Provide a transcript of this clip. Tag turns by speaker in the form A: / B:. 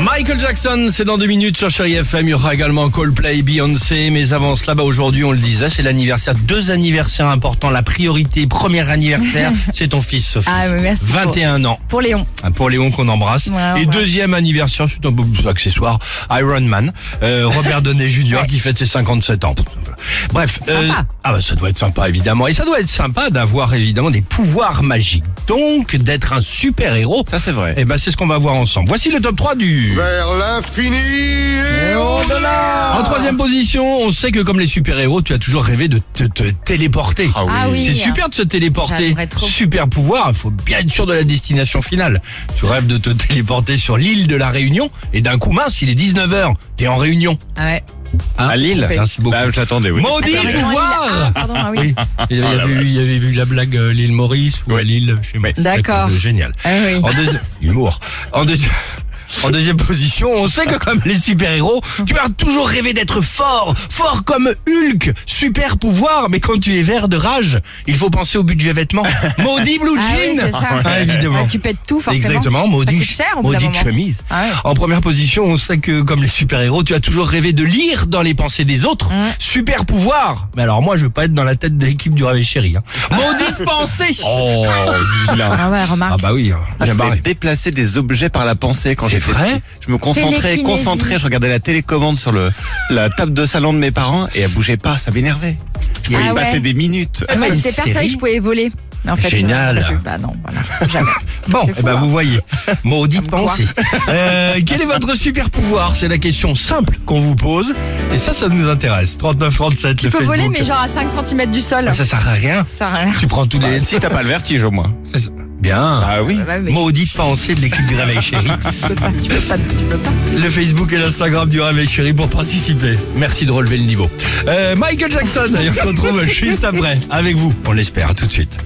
A: Michael Jackson, c'est dans deux minutes sur Chéri FM. Il y aura également Coldplay, Beyoncé. Mais avant cela, bah aujourd'hui, on le disait, c'est l'anniversaire. Deux anniversaires importants. La priorité, premier anniversaire, c'est ton fils, Sophie.
B: Ah, mais merci.
A: 21 ans.
B: Pour Léon.
A: Hein, Pour Léon qu'on embrasse.
B: Ouais,
A: Et
B: ouais.
A: deuxième anniversaire, c'est un peu plus accessoire, Iron Man, euh, Robert Downey Jr. qui fête ses 57 ans. Bref,
B: Sympa.
A: ah bah ça doit être sympa évidemment. Et ça doit être sympa d'avoir évidemment des pouvoirs magiques. Donc d'être un super-héros.
C: Ça, c'est vrai.
A: Et ben c'est ce qu'on va voir ensemble. Voici le top 3 du...
D: Vers l'infini et au-delà
A: En troisième position, on sait que comme les super-héros, tu as toujours rêvé de te, te téléporter.
C: Ah oui.
B: Ah oui.
A: C'est super de se téléporter.
B: J'aimerais trop.
A: Super pouvoir, il faut bien être sûr de la destination finale. Tu rêves de te téléporter sur l'île de la Réunion et d'un coup mince, il est 19h. T'es en Réunion.
B: Ah ouais.
A: Hein
C: À Lille
A: Merci beaucoup.
C: Bah, j'attendais, oui.
A: Maudit
B: Attends, mais
A: pouvoir
B: Ah, pardon, ah
A: oui,
B: oui.
A: il y avait, eu, il y avait eu la blague euh, l'île Maurice ou
C: Oui.
A: l'île, je sais pas.
B: D'accord.
A: Génial.
B: Ah oui.
A: En deuxi- Humour. En deuxi- En deuxième position, on sait que comme les super-héros, tu as toujours rêvé d'être fort, fort comme Hulk, super pouvoir, mais quand tu es vert de rage, il faut penser au budget vêtements. Maudit blue
B: Ah oui,
A: jean
B: c'est ça.
A: Ah, évidemment.
B: Ah, tu pètes tout, forcément.
A: Exactement, maudit,
B: coûte cher, au bout d'un
A: maudite
B: moment.
A: chemise.
B: Ah ouais.
A: En première position, on sait que comme les super-héros, tu as toujours rêvé de lire dans les pensées des autres.
B: Mm.
A: Super pouvoir. Mais alors moi, je veux pas être dans la tête de l'équipe du Réveil Chéri. hein. Maudite pensée. Oh, vilain.
B: Ah ouais,
A: Ah
B: remarque.
A: bah oui, hein.
C: Ah, je
A: bien
C: voulais
A: barré.
C: déplacer des objets par la pensée quand
A: C'est
C: j'étais
A: vrai
C: petit. Je me concentrais,
B: Télékinésie.
C: concentrais, je regardais la télécommande sur le, la table de salon de mes parents et elle bougeait pas, ça m'énervait. Je pouvais
B: Ah
C: y passer
B: ouais.
C: des minutes.
A: Ah,
B: Moi,
A: une
B: j'étais persuadée
A: série.
B: que je pouvais voler. Mais en fait,
A: Génial.
B: euh, bah non, voilà. Jamais.
A: Bon,
B: C'est fou,
A: eh ben,
B: hein.
A: vous voyez, maudite
B: Comme quoi.
A: pensée. Euh, quel est votre super pouvoir C'est la question simple qu'on vous pose. Et ça, ça nous intéresse. 39-37,
B: Tu
A: le
B: peux
A: Facebook.
B: voler, mais genre à 5 cm du sol.
A: Ah, ça sert à rien.
B: Ça sert à rien.
A: Tu prends tous les...
C: Bah, si t'as pas le vertige au moins.
A: C'est ça. Bien.
C: Ah oui.
B: Bah ouais, mais
A: Maudite pensée de l'équipe du Réveil Chéri.
B: tu peux pas, tu peux pas, tu peux pas.
A: Le Facebook et l'Instagram du Réveil Chéri pour participer. Merci de relever le niveau. Euh, Michael Jackson, d'ailleurs, se retrouve juste après. Avec vous, on l'espère. À tout de suite.